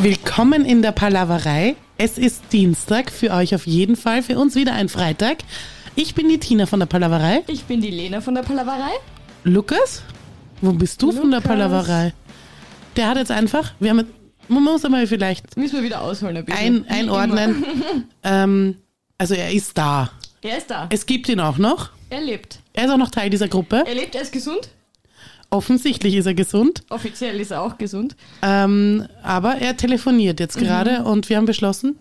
Willkommen in der Palaverei. Es ist Dienstag, für euch auf jeden Fall, für uns wieder ein Freitag. Ich bin die Tina von der Palaverei. Ich bin die Lena von der Palaverei. Lukas, wo bist du von der Lukas. Palaverei? Der hat jetzt einfach, wir haben, man muss einmal vielleicht Müssen wir wieder ausholen ein bisschen. ein, Wie einordnen. Ähm, also er ist da. immer. Er ist da. Es gibt ihn auch noch. Er lebt. Er ist auch noch Teil dieser Gruppe. Er lebt, er ist gesund. Offensichtlich ist er gesund. Offiziell ist er auch gesund. Ähm, aber er telefoniert jetzt gerade und wir haben beschlossen,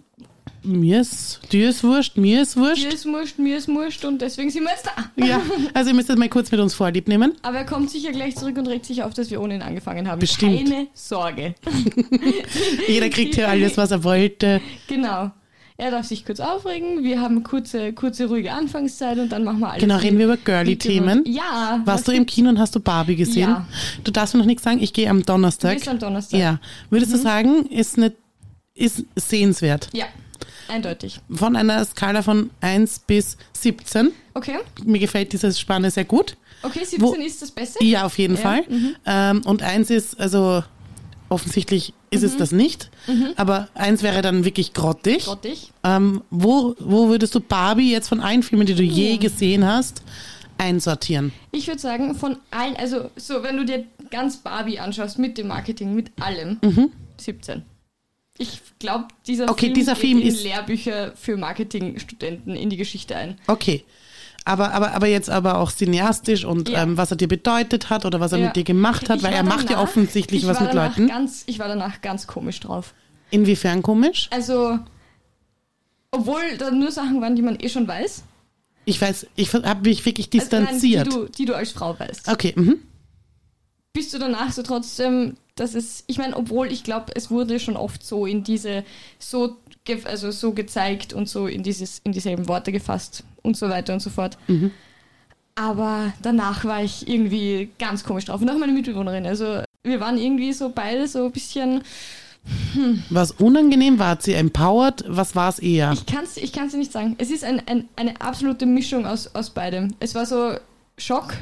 mir ist, dir ist wurscht, mir ist Mir wurscht. ist wurscht, mir ist wurscht und deswegen sind wir jetzt da. Ja, also ihr müsst das mal kurz mit uns vorlieb nehmen. Aber er kommt sicher gleich zurück und regt sich auf, dass wir ohne ihn angefangen haben. Bestimmt. Keine Sorge. Jeder kriegt hier alles, was er wollte. Genau. Er darf sich kurz aufregen. Wir haben kurze, kurze ruhige Anfangszeit und dann machen wir alles. Genau, reden wir über mit Girly-Themen. Gerüst. Ja. Warst du im Kino und hast du Barbie gesehen? Ja. Du darfst mir noch nichts sagen, ich gehe am Du Donnerstag. bist am Donnerstag. Mhm. Ja. Würdest du sagen, ist, eine, ist sehenswert? Ja. Eindeutig. Von einer Skala von 1 bis 17. Okay. Mir gefällt diese Spanne sehr gut. Okay, 17 Wo- ist das Beste? Ja, auf jeden Ja, Mhm. Fall. Ähm, und eins ist, also offensichtlich ist Mhm. es das nicht, aber eins wäre dann wirklich grottig. Grottig. Ähm, wo, wo würdest du Barbie jetzt von allen Filmen, die du je gesehen hast, einsortieren? Ich würde sagen, von allen, also so, wenn du dir ganz Barbie anschaust, mit dem Marketing, mit allem, 17. Ich glaube, dieser Mhm. Okay, Film, dieser geht Film in ist- Lehrbücher für Marketingstudenten in die Geschichte ein. Okay. Aber, aber, aber jetzt aber auch cineastisch und Ja. ähm, was er dir bedeutet hat oder was er Ja. mit dir gemacht hat, Ich weil war er macht ja danach- offensichtlich ich was war mit danach Leuten. Ganz, ich war danach ganz komisch drauf. Inwiefern komisch? Also, obwohl da nur Sachen waren, die man eh schon weiß. Ich weiß, ich habe mich wirklich Also, nein, distanziert. die, du, die du als Frau weißt. okay, mhm. bist du danach so trotzdem, dass es, ich meine, obwohl ich glaube, es wurde schon oft so in diese, so, ge- also so gezeigt und so in, dieses, in dieselben Worte gefasst und so weiter und so fort. Aber danach war ich irgendwie ganz komisch drauf. Und auch meine Mitbewohnerin. Also wir waren irgendwie so beide so ein bisschen, Was unangenehm war, hat sie empowered? Was war es eher? ich kann es ich kann's dir nicht sagen. Es ist ein, ein, eine absolute Mischung aus, aus beidem. Es war so Schock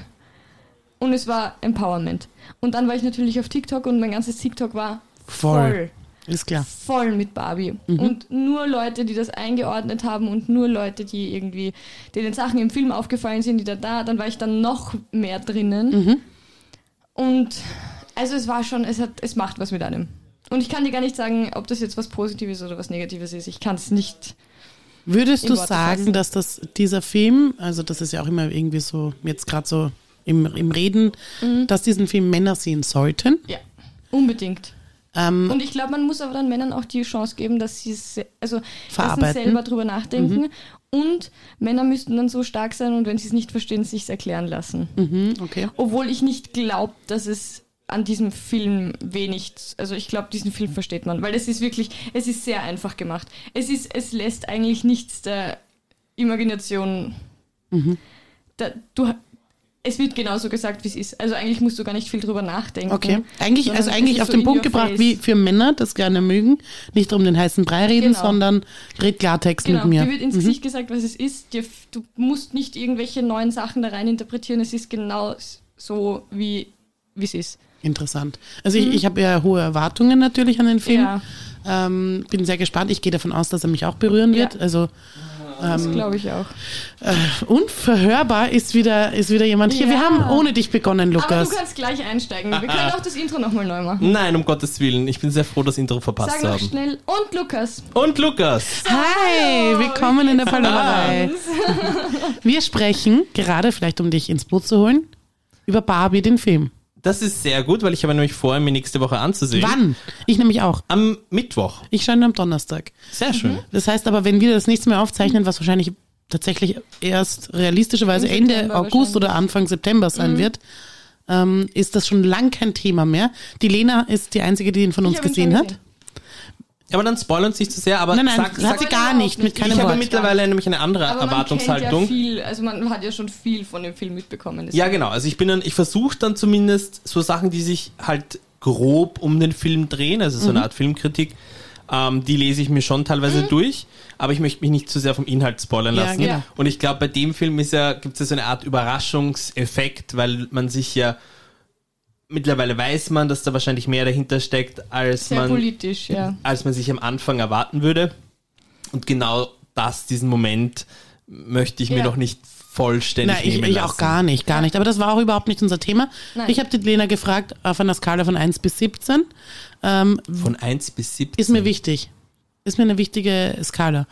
und es war Empowerment. Und dann war ich natürlich auf TikTok und mein ganzes TikTok war Voll. voll. Ist klar. voll mit Barbie. Und nur Leute, die das eingeordnet haben und nur Leute, die irgendwie, denen Sachen im Film aufgefallen sind, die da da, dann war ich dann noch mehr drinnen. Und also es war schon, es hat, es macht was mit einem. Und ich kann dir gar nicht sagen, ob das jetzt was Positives oder was Negatives ist. Ich kann es nicht. Würdest in du Worte sagen, fassen. dass das dieser Film, also das ist ja auch immer irgendwie so, jetzt gerade so im, im Reden, Mhm. dass diesen Film Männer sehen sollten? Ja. Unbedingt. Ähm, Und ich glaube, man muss aber dann Männern auch die Chance geben, dass sie se- also Verarbeiten. erstens selber drüber nachdenken und Männer müssten dann so stark sein und wenn sie es nicht verstehen, sich erklären lassen. mhm, okay. Obwohl ich nicht glaube, dass es an diesem Film wenig, also ich glaube, diesen Film versteht man, weil es ist wirklich, es ist sehr einfach gemacht. Es ist, es lässt eigentlich nichts der Imagination. Mhm. Da, du, ha- es wird genauso gesagt, wie es ist. Also eigentlich musst du gar nicht viel drüber nachdenken. Okay. Eigentlich, Mhm. sondern also es eigentlich ist auf so den in Punkt your gebracht, face. wie für Männer das gerne mögen, nicht um den heißen Brei reden, Genau. sondern red Klartext Genau, mit mir. Mhm. dir wird ins Gesicht gesagt, was es ist. Dir, f- du musst nicht irgendwelche neuen Sachen da rein interpretieren. Es ist genau s- so, wie wie es ist. Interessant. Also ich, ich habe ja hohe Erwartungen natürlich an den Film. Mhm. Ja. Ähm, bin sehr gespannt. Ich gehe davon aus, dass er mich auch berühren Ja. wird. Also Das glaube ich auch. unverhörbar ist wieder, ist wieder jemand hier. Wir Ja. haben ohne dich begonnen, Aber Lukas. du kannst gleich einsteigen. Wir können auch das Intro nochmal neu machen. Nein, um Gottes Willen. Ich bin sehr froh, das Intro Sag verpasst zu noch haben. schnell. Und Lukas. Und Lukas! Hi, Hallo, willkommen wie in der geht's Palaverei. Wir sprechen gerade, vielleicht um dich ins Boot zu holen, über Barbie, den Film. Das ist sehr gut, weil ich habe nämlich vor, mir nächste Woche anzusehen. Wann? Ich nämlich auch. Am Mittwoch. Ich schaue nur am Donnerstag. Sehr schön. Mhm. Das heißt aber, wenn wir das nächste Mal aufzeichnen, was wahrscheinlich tatsächlich erst realistischerweise Im Ende September Mhm. August oder Anfang September sein wird, ähm, ist das schon lang kein Thema mehr. Die Lena ist die Einzige, die ihn von uns hab ihn gesehen schon hat. gesehen. Aber dann spoilern uns nicht zu sehr, aber Nein, nein, sag, hat sag sie Spoiler gar überhaupt nicht, mit nicht. keinem ich habe Wort. mittlerweile nämlich eine andere Aber Man Erwartungshaltung. kennt ja viel, also man hat ja schon viel von dem Film mitbekommen. Ja, genau. Also ich bin dann, ich versuche dann zumindest so Sachen, die sich halt grob um den Film drehen, also Mhm. so eine Art Filmkritik, ähm, die lese ich mir schon teilweise durch, aber ich möchte mich nicht zu sehr vom Inhalt spoilern Ja, lassen. genau. Und ich glaube, bei dem Film ist ja, gibt es ja so eine Art Überraschungseffekt, weil man sich ja mittlerweile weiß man, dass da wahrscheinlich mehr dahinter steckt, als Sehr man, politisch, ja. als man sich am Anfang erwarten würde. Und genau das, diesen Moment, möchte ich mir Ja. noch nicht vollständig Nein, ich, nehmen ich lassen. auch gar nicht, gar nicht. Aber das war auch überhaupt nicht unser Thema. Nein. Ich habe die Lena gefragt, auf einer Skala von 1 bis 17. Ähm, Von 1 bis 17. ist mir wichtig. Ist mir eine wichtige Skala.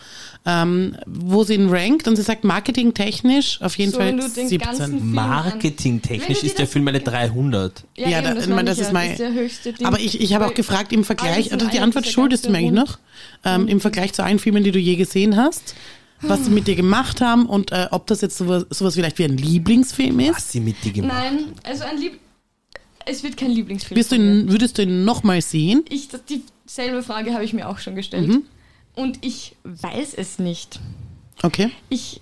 Ähm, wo sie ihn rankt und sie sagt, marketingtechnisch auf jeden So, Fall wenn du den 17. ganzen- Wenn du Marketingtechnisch dir ist der das- Film eine 300. Ja, da- ich meine, das ist mein- das der höchste Ding. Aber ich, ich habe auch Weil- gefragt, im Alles Vergleich, in also die allem Antwort ist der schuldest du mir ganze Mhm. eigentlich noch, ähm, im Vergleich zu allen Filmen, die du je gesehen hast, was sie mit dir gemacht haben und äh, ob das jetzt sowas, sowas vielleicht wie ein Lieblingsfilm ist. Was sie mit dir gemacht Nein, also ein Lieb... Es wird kein Lieblingsfilm. Wirst du von mir. ihn, würdest du ihn nochmal sehen? Ich, das, dieselbe Frage habe ich mir auch schon gestellt. Mhm. Und ich weiß es nicht. Okay. Ich,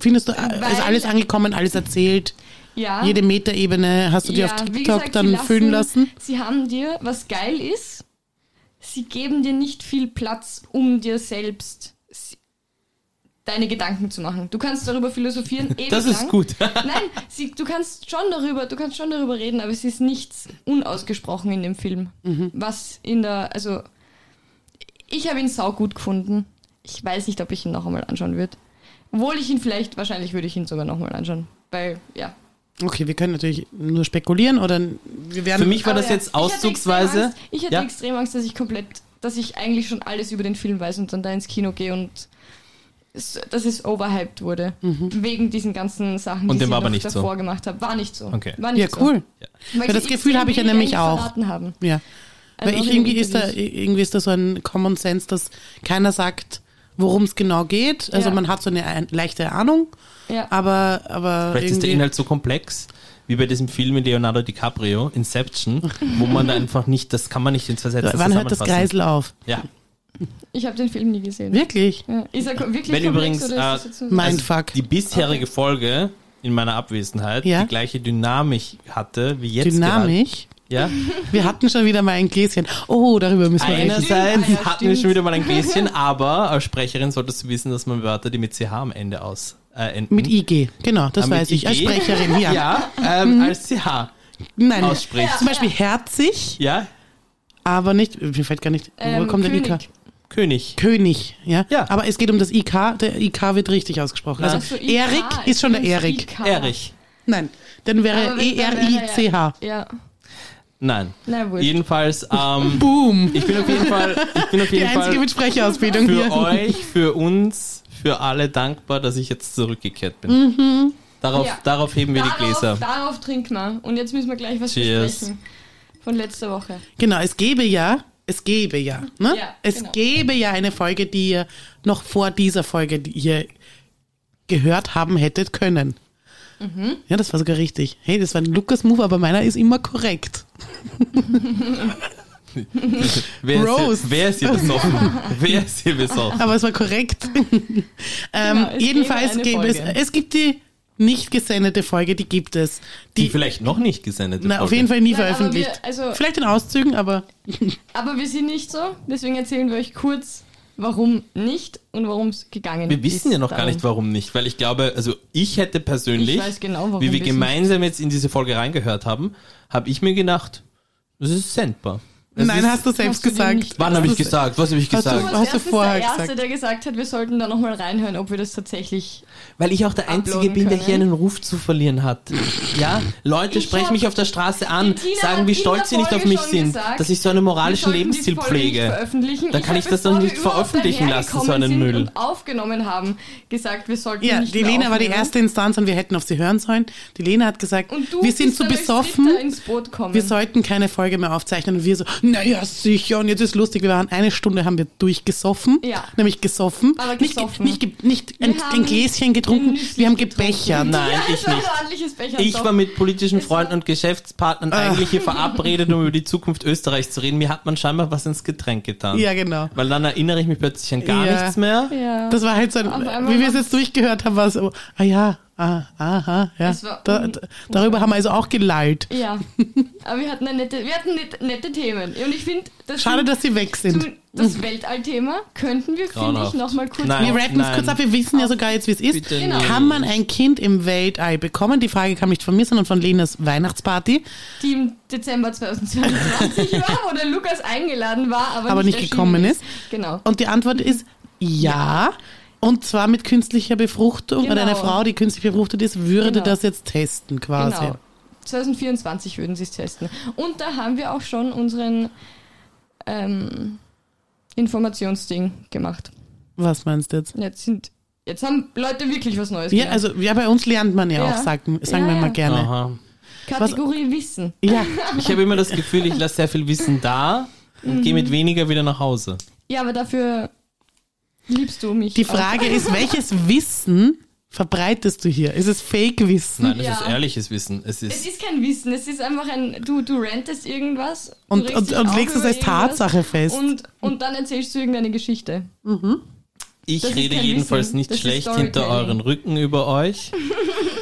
Findest du, äh, Weil- ist alles angekommen, alles erzählt, ja. jede Meterebene hast du dir ja, auf wie TikTok gesagt, dann sie füllen lassen? Sie haben dir, was geil ist, sie geben dir nicht viel Platz, um dir selbst s- deine Gedanken zu machen. Du kannst darüber philosophieren, ewig Das lang. ist gut. Nein, sie, du kannst schon darüber, du kannst schon darüber reden, aber es ist nichts unausgesprochen in dem Film. Mhm. Was in der, also ich habe ihn saugut gefunden. Ich weiß nicht, ob ich ihn noch einmal anschauen würde. Obwohl ich ihn vielleicht, wahrscheinlich würde ich ihn sogar noch mal anschauen. Weil, ja. Okay, wir können natürlich nur spekulieren oder wir werden. Für mich war Aber das ja, jetzt ich hatte extrem auszugsweise. Angst- Ich hatte Ja. extrem Angst, dass ich komplett, dass ich eigentlich schon alles über den Film weiß und dann da ins Kino gehe und s- dass es overhyped wurde. Wegen diesen ganzen Sachen, Und die dem ich war aber noch nicht so. davor gemacht habe. War nicht so. Okay. War nicht ja, cool. So. Weil Ja, das sie Gefühl extrem habe ich ja wenig nämlich eigentlich auch. verraten Haben. Ja. Weil ich Also auch in den irgendwie ist, da, Interviews. irgendwie ist da so ein Common Sense, dass keiner sagt, worum es genau geht. Also Ja. man hat so eine ein- leichte Ahnung, Ja. aber. aber Vielleicht ist der irgendwie- Inhalt so komplex wie bei diesem Film mit Leonardo DiCaprio, Inception, wo man da einfach nicht, das kann man nicht in zwei Sätzen Äh, Wann hört das zusammenfassen. Kreisel auf? Ja. Ich habe den Film nie gesehen. Wirklich? Ja. Ist er ko- wirklich Wenn komplex übrigens, oder ist das äh, jetzt nur- Mein Fuck. Die bisherige Folge in meiner Abwesenheit Ja. die gleiche Dynamik hatte wie jetzt. Dynamik? Gerade. Ja. Wir hatten schon wieder mal ein Gläschen. Oh, darüber müssen wir reden. Einerseits Stimmt, ah ja, hatten wir schon stimmt. wieder mal ein Gläschen, aber als Sprecherin solltest du wissen, dass man Wörter, die mit CH am Ende aus äh, enden. Mit IG, genau, das Ah, mit weiß ich. Als IG? Sprecherin, ja. Mhm. ja, ähm, als CH Nein, aussprichst. zum Beispiel herzig, Ja, aber nicht, mir fällt gar nicht, Ähm, wo kommt der König. IK? König. König, ja? Ja. Aber es geht um das IK, der IK wird richtig ausgesprochen. Ja. Also, Ach so, IK, Erik ich ist schon der bin's, Erik. IK. Erich. Nein, dann Aber wäre E wenn- dann wäre er- E-R-I-C-H. Ja. Nein. Na wurscht. Jedenfalls, ähm, Boom! ich bin auf jeden Fall, ich bin auf Die jeden einzige Fall mit Sprecherausbildung für hier. euch, für uns, für alle dankbar, dass ich jetzt zurückgekehrt bin. Mhm. Darauf, Ja. darauf heben wir die Gläser. Darauf, darauf trinken wir. Und jetzt müssen wir gleich was Cheers. besprechen. Von letzter Woche. Genau, es gäbe ja, es gäbe ja, ne? Ja, es genau. gäbe ja eine Folge, die ihr noch vor dieser Folge, die ihr gehört haben hättet können. Mhm. Ja, das war sogar richtig. Hey, das war ein Lukas-Move, aber meiner ist immer korrekt. Wer ist, Roast. hier, wer ist hier besoffen? wer ist hier besoffen? Aber es war korrekt. ähm, Genau, es jedenfalls gäbe eine gäbe es, Folge. es gibt die nicht gesendete Folge, die gibt es. Die, Die, vielleicht noch nicht gesendet na, auf jeden Fall nie Nein, aber veröffentlicht. wir- also- vielleicht in Auszügen, aber Aber wir sind nicht so, deswegen erzählen wir euch kurz, warum nicht und warum es gegangen ist. Wir wissen ja noch gar darum. nicht, warum nicht, weil ich glaube, also ich hätte persönlich, Ich weiß genau, warum wie wir wir es gemeinsam jetzt in diese Folge reingehört haben, habe ich mir gedacht, das ist sendbar. Das nein, ist, hast du selbst hast du dir gesagt. nicht- Wann habe ich Hast du- gesagt? Was habe ich Hast du- Du gesagt? warst hast du erstens vorher der Erste, gesagt. der gesagt hat, wir sollten da nochmal reinhören, ob wir das tatsächlich. Weil ich auch der Einzige Uploaden bin, der hier können. einen Ruf zu verlieren hat. Ja, Leute Ich sprechen hab- mich auf der Straße an, Die Tina sagen, hat wie in stolz sie der nicht auf Folge mich schon sind, gesagt, dass ich so einen moralischen wir sollten die Lebensstil Folge Nicht pflege. veröffentlichen. Dann kann hab, ich das bevor doch wir nicht überhaupt veröffentlichen lassen, so einen dahergekommen sind Müll. Und aufgenommen haben, gesagt, wir sollten Ja, nicht die mehr Lena war die aufnehmen. erste Instanz und wir hätten auf sie hören sollen. Die Lena hat gesagt, Und du wir sind bist zu dann als besoffen, Dritter ins Boot kommen. wir sollten keine Folge mehr aufzeichnen. Und wir so, naja, sicher. Und jetzt ist lustig, wir waren eine Stunde, haben wir durchgesoffen. Ja. Nämlich gesoffen. Aber nicht, gesoffen. Nicht, ge- nicht Wir ein, haben ein Gläschen getrunken, genüsslich wir haben getrunken. gebechert. Nein, ja, ich es war nicht. ein ordentliches Becher. Ich doch. war mit politischen Freunden und Geschäftspartnern Ah. eigentlich hier verabredet, um über die Zukunft Österreichs zu reden. Mir hat man scheinbar was ins Getränk getan. Ja, genau. Weil dann erinnere ich mich plötzlich an gar Ja. nichts mehr. Ja. Das war halt so, ein, Auf einmal wie wir es macht's- jetzt durchgehört haben, war es so, ah ja, Aha, aha, ja. Das war Da, un- da, darüber haben wir also auch gelallt. Ja, aber wir hatten, eine nette, wir hatten net, nette Themen. Und ich finde, das, Schade, dass sie weg sind. zum- das Weltallthema könnten wir, finde ich, Grauenhaft. nochmal kurz. Nein. Wir rappen es Nein. kurz ab, wir wissen ja sogar jetzt, wie es ist. Bitte Genau. nicht. Kann man ein Kind im Weltall bekommen? Die Frage kam nicht von mir, sondern von Lenas Weihnachtsparty, die im Dezember 2022 war, wo der Lukas eingeladen war, aber, aber nicht erschienen gekommen ist. Genau. Und die Antwort ist ja. Und zwar mit künstlicher Befruchtung. Oder eine Genau. Frau, die künstlich befruchtet ist, würde Genau. das jetzt testen quasi. Genau. 2024 würden sie es testen. Und da haben wir auch schon unseren ähm, Informationsding gemacht. Was meinst du jetzt? Jetzt sind jetzt haben Leute wirklich was Neues Ja, gelernt. also ja, bei uns lernt man ja, Ja. auch, sagen, sagen Ja, wir mal ja. gerne. Aha. Kategorie Wissen. Ja, Ich habe immer das Gefühl, ich lasse sehr viel Wissen da und gehe Mhm. mit weniger wieder nach Hause. Ja, aber dafür liebst du mich. die auch. Frage ist, welches Wissen verbreitest du hier? Ist es Fake-Wissen? Nein, das Ja. ist ehrliches Wissen. Es ist, Es ist kein Wissen, es ist einfach ein, du, du rentest irgendwas du Und, regst und, dich und auf legst es über als irgendwas Tatsache fest. Und, und dann erzählst du irgendeine Geschichte. ich das ist rede kein jedenfalls Wissen. nicht Das ist schlecht hinter Storytelling. euren Rücken über euch.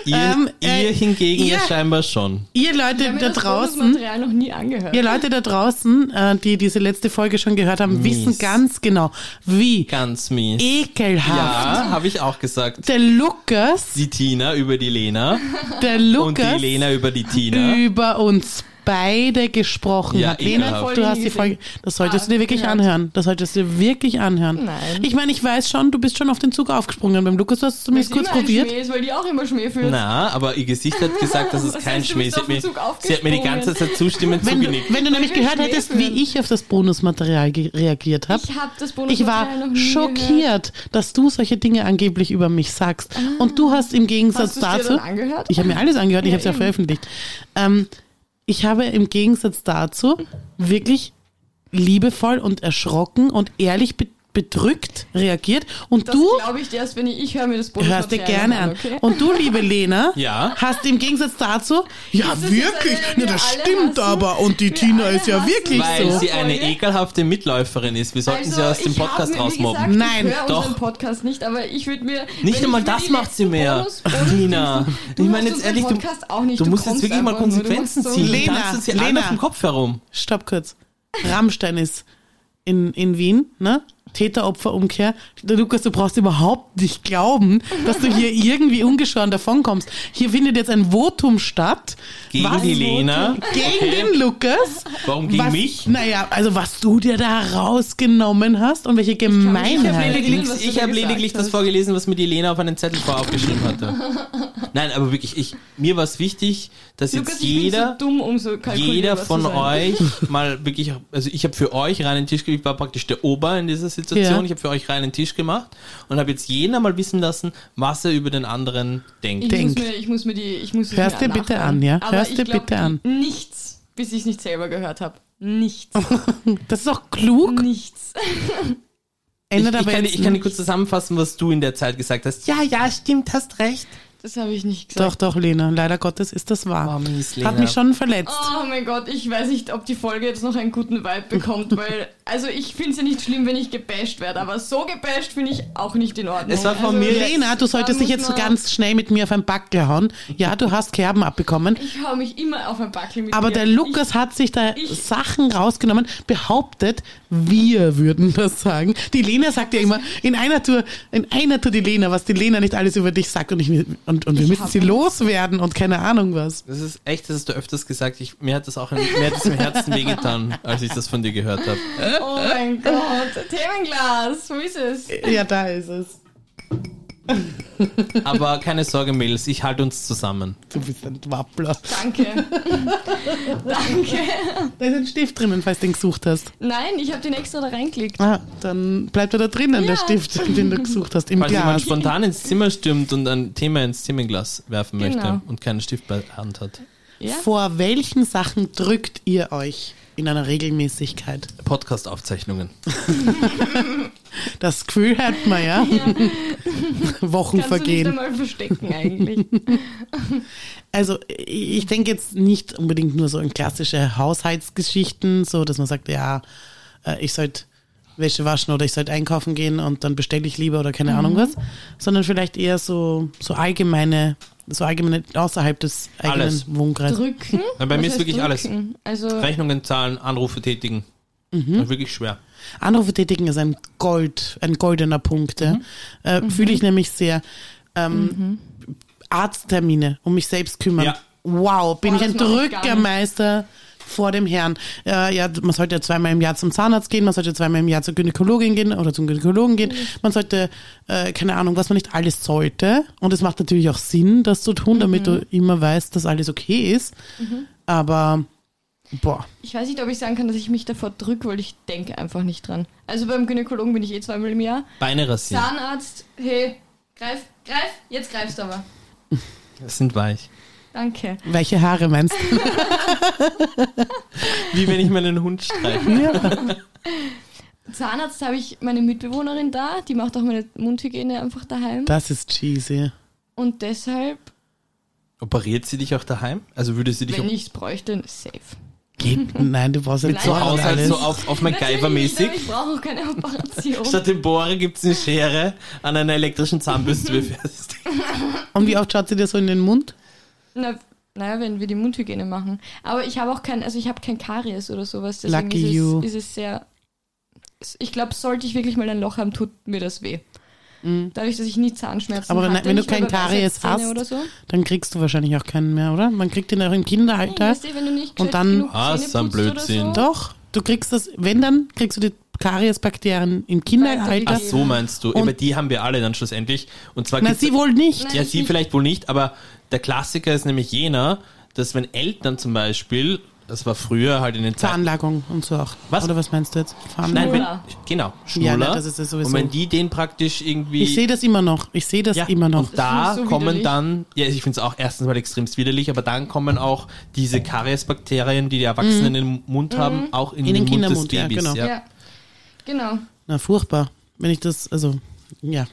Ihr, Ähm, äh, ihr hingegen ja ihr- scheinbar schon. ihr Ich Leute habe mir da das draußen, Bonusmaterial noch nie angehört. ihr Leute da draußen, äh, die diese letzte Folge schon gehört haben, wissen Mies. ganz genau, wie Ganz mies. ekelhaft ja, habe ich auch gesagt. der Lukas, Die Tina über die Lena der und die Lukas Lena über die Tina. über uns beide gesprochen Ja, hat. Lena, ekelhaft. du hast die Gesehen. Folge, das solltest Ah, du dir wirklich gehört. anhören. Das solltest du dir wirklich anhören. Nein. Ich meine, ich weiß schon, du bist schon auf den Zug aufgesprungen beim Lukas, du hast es Weil's zumindest kurz immer ein probiert. Schmäh ist, weil die auch immer Schmäh führt. Na, aber ihr Gesicht hat gesagt, das ist Was kein heißt, du Schmäh. bist Sie auf hat, den mir, Zug sie hat mir die ganze Zeit zustimmend Wenn du, zugenickt. wenn du nämlich Weil wir gehört hättest, schmähführen. wie ich auf das Bonusmaterial ge- reagiert habe, Ich habe das ich Bonusmaterial noch war nie Gehört. schockiert, dass du solche Dinge angeblich über mich sagst. Und du hast im Gegensatz Ah. Hast du es dir dazu. dann angehört? Ich habe mir alles angehört, ich Ja, habe es ja eben. veröffentlicht. Ähm, ich habe im Gegensatz dazu wirklich liebevoll und erschrocken und ehrlich be bedrückt reagiert. Und das du glaube ich dir erst, wenn ich, ich höre mir das hörst dir Bonusmaterial gerne an. an. Oh. Okay? Und du, liebe Lena, Ja. hast im Gegensatz dazu, ja Das ist wirklich, eine, na, wir das alle stimmt hassen. aber und die Wir Tina alle ist ja hassen wirklich Weil so. sie eine Folge? ekelhafte Mitläuferin ist. Wir sollten sie aus dem Also, ich hab Podcast mir, wie rausmobben. Gesagt, Nein, ich höre doch. unseren Podcast nicht, aber ich würde mir. Nicht wenn einmal ich mir das die macht sie letzten mehr. Bonus- Bonus- Lina, Du ich hörst meine jetzt unseren ehrlich, du, Podcast auch nicht. du musst jetzt kommst wirklich mal einfach nur, du Konsequenzen machst so- ziehen. Lena, du tanzt uns hier alle Lena. auf dem Kopf herum. Stopp kurz. Rammstein ist in, in Wien, ne? Täter-Opfer-Umkehr. Der Lukas, du brauchst überhaupt nicht glauben, dass du hier irgendwie ungeschoren davonkommst. Hier findet jetzt ein Votum statt. Gegen was, die Lena. Gegen den Lukas. Warum gegen was, mich? Naja, also was du dir da rausgenommen hast und welche Ich hab Gemeinheit. lediglich- Lediglich- was du Ich da habe gesagt lediglich das hast. vorgelesen, was mir die Lena auf einen Zettel vorher aufgeschrieben hatte. Nein, aber wirklich, ich, mir war es wichtig, dass Lukas, jetzt ich bin jeder, so dumm, um so kalkulierbar jeder zu von sein. euch mal wirklich, also ich habe für euch reinen Tisch gemacht, ich war praktisch der Ober in dieser Situation, Ja. ich habe für euch reinen Tisch gemacht und habe jetzt jeden mal wissen lassen, was er über den anderen denkt. Ich denkt. Muss mir, ich muss mir die, ich muss es Hörst mir dir bitte nachhören. an, ja? Aber Hörst ich dir glaub, bitte an. Nichts, bis ich es nicht selber gehört habe. Oh Nichts. Das ist auch klug. nichts. Ich, ich, Ändert aber kann, dir- jetzt ich kann dir nicht. kurz zusammenfassen, was du in der Zeit gesagt hast. Ja, ja, stimmt, hast recht. Das habe ich nicht gesagt. Doch, doch, Lena. Leider Gottes ist das wahr. Oh, mies, Hat Lena. mich schon verletzt. Oh mein Gott, ich weiß nicht, ob die Folge jetzt noch einen guten Vibe bekommt, weil, also ich finde es ja nicht schlimm, wenn ich gebasht werde, aber so gebasht finde ich auch nicht in Ordnung. Es war von also, mir- Lena, du solltest da dich jetzt muss man- ganz schnell mit mir auf ein Backel hauen. Ja, du hast Kerben abbekommen. Ich hau mich immer auf ein Backel mit Aber mir. der Lukas hat sich da Sachen rausgenommen, behauptet, wir würden das sagen. Die Lena sagt ja immer, in einer Tour, in einer Tour die Lena, was die Lena nicht alles über dich sagt und, ich, will- und, und wir Ich müssen hab- sie loswerden und keine Ahnung was. Das ist echt, das hast du öfters gesagt. Ich, mir hat das auch in, mir hat das im Herzen wehgetan, als ich das von dir gehört habe. Ich, oh mein Gott, Themenglas, wo ist es? Ja, da ist es. Aber keine Sorge, Mädels, ich halte uns zusammen. Du bist ein Wappler. Danke. Danke. Da ist ein Stift drinnen, falls du den gesucht hast. Nein, ich habe den extra da reinklickt. Ah, dann bleibt er da drinnen, der Ja. Stift, den du gesucht hast, im Falls jemand Glas. spontan ins Zimmer stürmt und ein Thema ins Themenglas werfen Genau. möchte und keinen Stift bei der Hand hat. Ja? Vor welchen Sachen drückt ihr euch in einer Regelmäßigkeit? Podcast-Aufzeichnungen. Das Gefühl hat man ja. Wochen Kannst du vergehen. nicht einmal verstecken eigentlich. Also ich ich denke jetzt nicht unbedingt nur so in klassische Haushaltsgeschichten, so dass man sagt, ja, äh, ich sollte Wäsche waschen oder ich sollte einkaufen gehen und dann bestelle ich lieber oder keine Mhm. Ahnung was, sondern vielleicht eher so, so allgemeine, so allgemeine außerhalb des eigenen Alles. Wohnkreises. Drücken? Na, bei Was mir ist heißt wirklich alles. drücken? Mhm. Also, Rechnungen zahlen, Anrufe tätigen. Das ist wirklich schwer. Anrufe tätigen ist ein Gold, ein goldener Punkt. Mhm. Ja. Äh, Fühle ich nämlich sehr. Ähm, Arzttermine, um mich selbst kümmern. Ja. Wow, bin Boah, ich das ein mach ich gar nicht. Drückermeister vor dem Herrn. Äh, ja, man sollte ja zweimal im Jahr zum Zahnarzt gehen, man sollte zweimal im Jahr zur Gynäkologin gehen oder zum Gynäkologen gehen. Mhm. Man sollte, äh, keine Ahnung, was man nicht alles sollte. Und es macht natürlich auch Sinn, das zu tun, Mhm. damit du immer weißt, dass alles okay ist. Aber, boah. ich weiß nicht, ob ich sagen kann, dass ich mich davor drücke, weil ich denke einfach nicht dran. Also beim Gynäkologen bin ich eh zweimal im Jahr. Beine rasieren. Zahnarzt, hey, greif, greif, jetzt greifst du aber. Das sind weich. Danke. Welche Haare meinst du? Wie wenn ich meinen Hund streiche. Zahnarzt habe ich meine Mitbewohnerin da, die macht auch meine Mundhygiene einfach daheim. Das ist cheesy. Und deshalb, Operiert sie dich auch daheim? Also würde sie dich wenn ich es bräuchte, safe. Geht, nein, du brauchst ja Mit nicht so so aus, alles. so auf, auf MacGyver-mäßig? Natürlich nicht, aber Ich brauche auch keine Operation. Statt dem Bohrer gibt es eine Schere an einer elektrischen Zahnbürste befestigt. Und wie oft schaut sie dir so in den Mund? Na, naja, wenn wir die Mundhygiene machen. Aber ich habe auch kein, also ich habe kein Karies oder sowas. Deswegen Lucky ist, es, you. ist es sehr. Ich glaube, sollte ich wirklich mal ein Loch haben, tut mir das weh. Dadurch, dass ich nie Zahnschmerzen Mhm. Aber wenn- hatte, wenn du nicht mal kein bei Karies Weisheitszähne hast, oder so. Dann kriegst du wahrscheinlich auch keinen mehr, oder? Man kriegt den auch im Ja, Kinderalter. weißt du, wenn du nicht Und gescheit dann- genug Ah, Zähne ist ein putzt oder Blödsinn. So. Doch, du kriegst das, wenn dann, kriegst du die Kariesbakterien im Weiter Kinderalter. Ach wie- so meinst du. Und- Aber die haben wir alle dann schlussendlich. Und zwar Na, gibt's- sie wohl nicht. Nein. Ja, sie nicht. vielleicht wohl nicht, aber der Klassiker ist nämlich jener, dass wenn Eltern zum Beispiel, das war früher halt in den Zeiten. Veranlagung und so auch. Was? Oder was meinst du jetzt? Nein, Veranlagung. wenn, Schnuller. genau, Schnuller. Ja, na, das ist ja sowieso. Und wenn die den praktisch irgendwie. ich sehe das immer noch. Ich sehe das ja, immer noch. Und da Das ist so kommen widerlich. dann, ja, ich finde es auch erstens mal extremst widerlich, aber dann kommen auch diese Kariesbakterien, die die Erwachsenen im Mund haben, auch in, In den, den Mund des Kindermund, ja, Babys. genau. Mhm. Ja. Genau. Na, furchtbar. Wenn ich das, also, ja.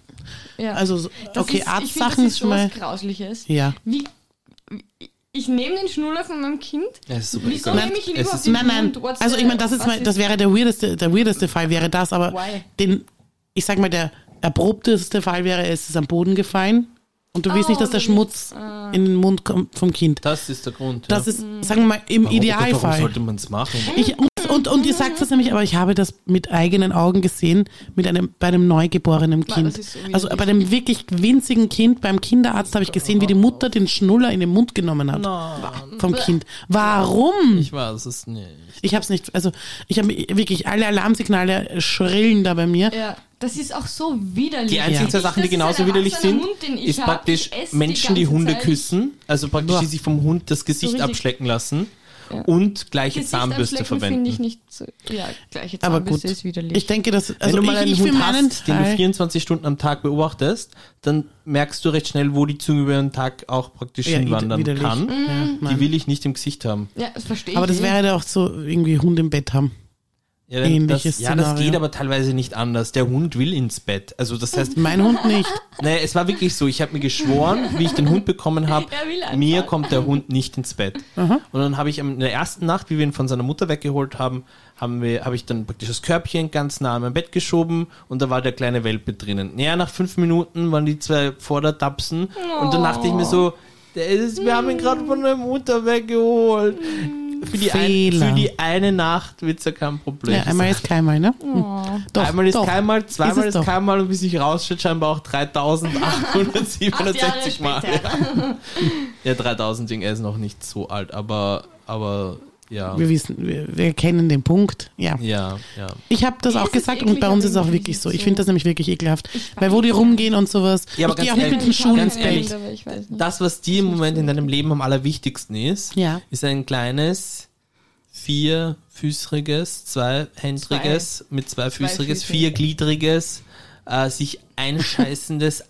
Ja. Also, so- Das okay, ist, Arztsachen ich ist find, schon das mal. ist schon was Grausliches. Ja. Wie, wie- ich nehme den Schnuller von meinem Kind. Ja, ist super Wieso ekelhaft. nehme ich ihn Es überhaupt ist- in Nein, den nein. Mund? What's Also the- ich meine, das ist was mal, das wäre der weirdeste, der weirdeste Fall wäre das, aber Why? den, ich sag mal, der erprobteste Fall wäre, es ist am Boden gefallen und du willst Oh, Ah. nicht, dass der du Schmutz in den Mund kommt vom Kind. Das ist der Grund. Das ja. Oh ist, Mhm. sagen wir mal, im Warum- Warum Idealfall. sollte man es machen? Ich, und, und ihr sagt es nämlich, aber ich habe das mit eigenen Augen gesehen, mit einem, bei einem neugeborenen Mann, Kind. das ist so widerlich. also bei einem wirklich winzigen Kind, beim Kinderarzt habe ich gesehen, wie die Mutter den Schnuller in den Mund genommen hat. Vom Kind. Warum? Ich weiß es nicht. Ich habe es nicht, also ich habe wirklich alle Alarmsignale schrillen da bei mir. Ja, das ist auch so widerlich. Die einzigen zwei Ich- Sachen, die das ist genauso ein widerlich erwachsener sind, Mund, den ich ist hab. praktisch Ich esse die Menschen, die ganze Hunde Zeit. küssen, also praktisch, die sich vom Hund das Gesicht richtig- abschlecken lassen Ja. und gleiche Gesicht Zahnbürste abschlecken finde ich verwenden. nicht so. Ja, gleiche Aber Zahnbürste gut, ist widerlich. ich denke, dass also Wenn du mal einen ich, ich für Hund meinen hast, den du Teil, 24 Stunden am Tag beobachtest, dann merkst du recht schnell, wo die Zunge über den Tag auch praktisch Ja, hinwandern widerlich. Mhm. kann. Mhm. ja, Die nein. will ich eh. nicht im Gesicht haben. ja, das verstehe aber ich. das wäre ja auch so irgendwie Hund im Bett haben. Ja, dann- das, Ähnliches ja, das Szenario. geht aber teilweise nicht anders. Der Hund will ins Bett. Also das heißt, Mein Hund nicht. Naja, es war wirklich so. Ich habe mir geschworen, wie ich den Hund bekommen habe, Er will einfach. mir kommt der Hund nicht ins Bett. Und dann habe ich am- in der ersten Nacht, wie wir ihn von seiner Mutter weggeholt haben, haben wir, habe ich dann praktisch das Körbchen ganz nah an mein Bett geschoben und da war der kleine Welpe drinnen. Naja, nach fünf Minuten waren die zwei Vordertapsen und dann dachte ich mir so, der ist, wir haben ihn gerade von der Mutter weggeholt. Für die, ein, Fehler. für die eine Nacht wird es ja kein Problem. Ja, einmal ist keinmal, ne? Oh. Hm. Doch, Einmal ist doch. keinmal, zweimal es ist, doch. keinmal und bis ich rausschaut, scheinbar auch Acht Jahre 3867 Mal. später. Ja, 3000 Ding, er ist noch nicht so alt, aber, aber ja. Wir wissen, wir, wir kennen den Punkt. Ja. Ja, ja. Ich habe das Mir auch ist es gesagt eklig, und bei uns ist es aber auch irgendwie wirklich ist so. es Ich so. finde das nämlich wirklich ekelhaft. Weil wo die weiß rumgehen und sowas. Ja, aber ich gehe ganz auch nicht mit ehrlich- den Schuhen ins ganz ehrlich, Bett. Aber ich weiß nicht. Das, was dir im Moment in deinem Leben am allerwichtigsten ist, Ja. ist ein kleines, vierfüßriges, zweihändriges, mit zweifüßriges, Zweifüßig. viergliedriges, äh, sich einscheißendes,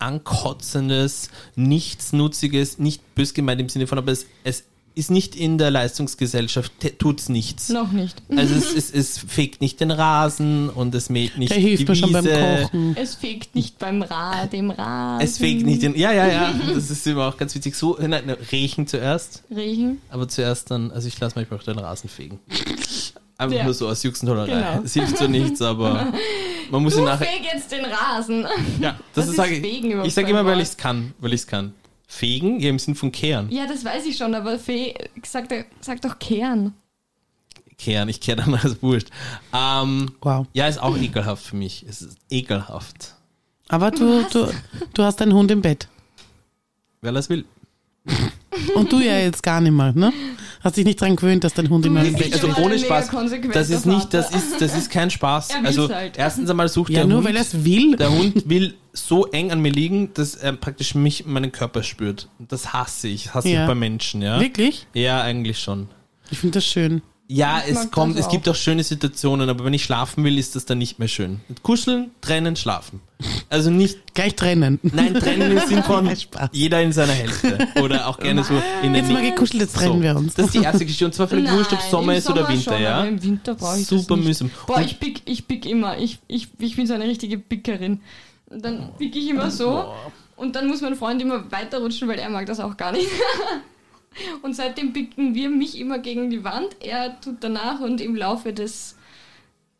ankotzendes, nichtsnutziges, nicht bös gemeint im Sinne von, aber es, es ist nicht in der Leistungsgesellschaft, te- tut's nichts. Noch nicht. Also es, es, es fegt nicht den Rasen und es mäht nicht Der hilft die mir schon beim Wiese. Kochen. Es fegt nicht beim Ra, dem Ra. Es fegt nicht den. Ja, ja, ja. Das ist immer auch ganz witzig. So, nein, nein, Rechen zuerst, Riechen. aber zuerst dann. Also ich lasse manchmal auch den Rasen fegen. Einfach Ja. nur so aus Juxentolerei. Genau. Es hilft so nichts, aber man muss ihn Du nachher. feg jetzt den Rasen. Ja, Was das ist, ist sage ich. fegen überhaupt Ich sage für immer, ein weil Wort? ich es kann. Weil ich es kann. Fegen? Ja, im Sinn von kehren. Ja, das weiß ich schon, aber Fee, sag, doch- sag doch Kern. Kehren, ich kehre dann als Wurscht. Ähm, Wow. ja, ist auch ekelhaft für mich. Es ist ekelhaft. Aber du, du, du hast einen Hund im Bett. Wer das will. Und du ja jetzt gar nicht mal, ne? Hast dich nicht dran gewöhnt, dass dein Hund immer im bist Bett sicher ist. Also aber ohne ein mega Spaß. konsequenter Das ist nicht, das Vater. ist, das ist kein Spaß. Er will's also halt. erstens einmal sucht Ja, der nur Hund, weil er es will. der Hund will so eng an mir liegen, dass er praktisch mich meinen Körper spürt. Und das hasse ich. Das hasse Ja. ich bei Menschen, ja. Wirklich? Ja, eigentlich schon. Ich finde das schön. Ja, Ich mag es kommt, das es gibt auch schöne Situationen, aber wenn ich schlafen will, ist das dann nicht mehr schön. Mit Kuscheln, trennen, schlafen. Also nicht, Gleich trennen. nein, trennen im Sinn von Nein, Spaß. jeder in seiner Hälfte. Oder auch gerne so in der Jetzt mal Nähe. gekuschelt, jetzt trennen so. wir uns. Das ist die erste Geschichte und zwar völlig Nein, wurscht, ob Sommer im ist oder Sommer Winter, schon, ja. Aber Im Winter brauche ich Super das nicht. mühsam. Boah, Und- ich pick, ich pick immer. Ich, ich, ich bin so eine richtige Pickerin. Und dann pick ich immer so. Und dann muss mein Freund immer weiterrutschen, weil er mag das auch gar nicht. und seitdem picken wir mich immer gegen die Wand. Er tut danach und im Laufe des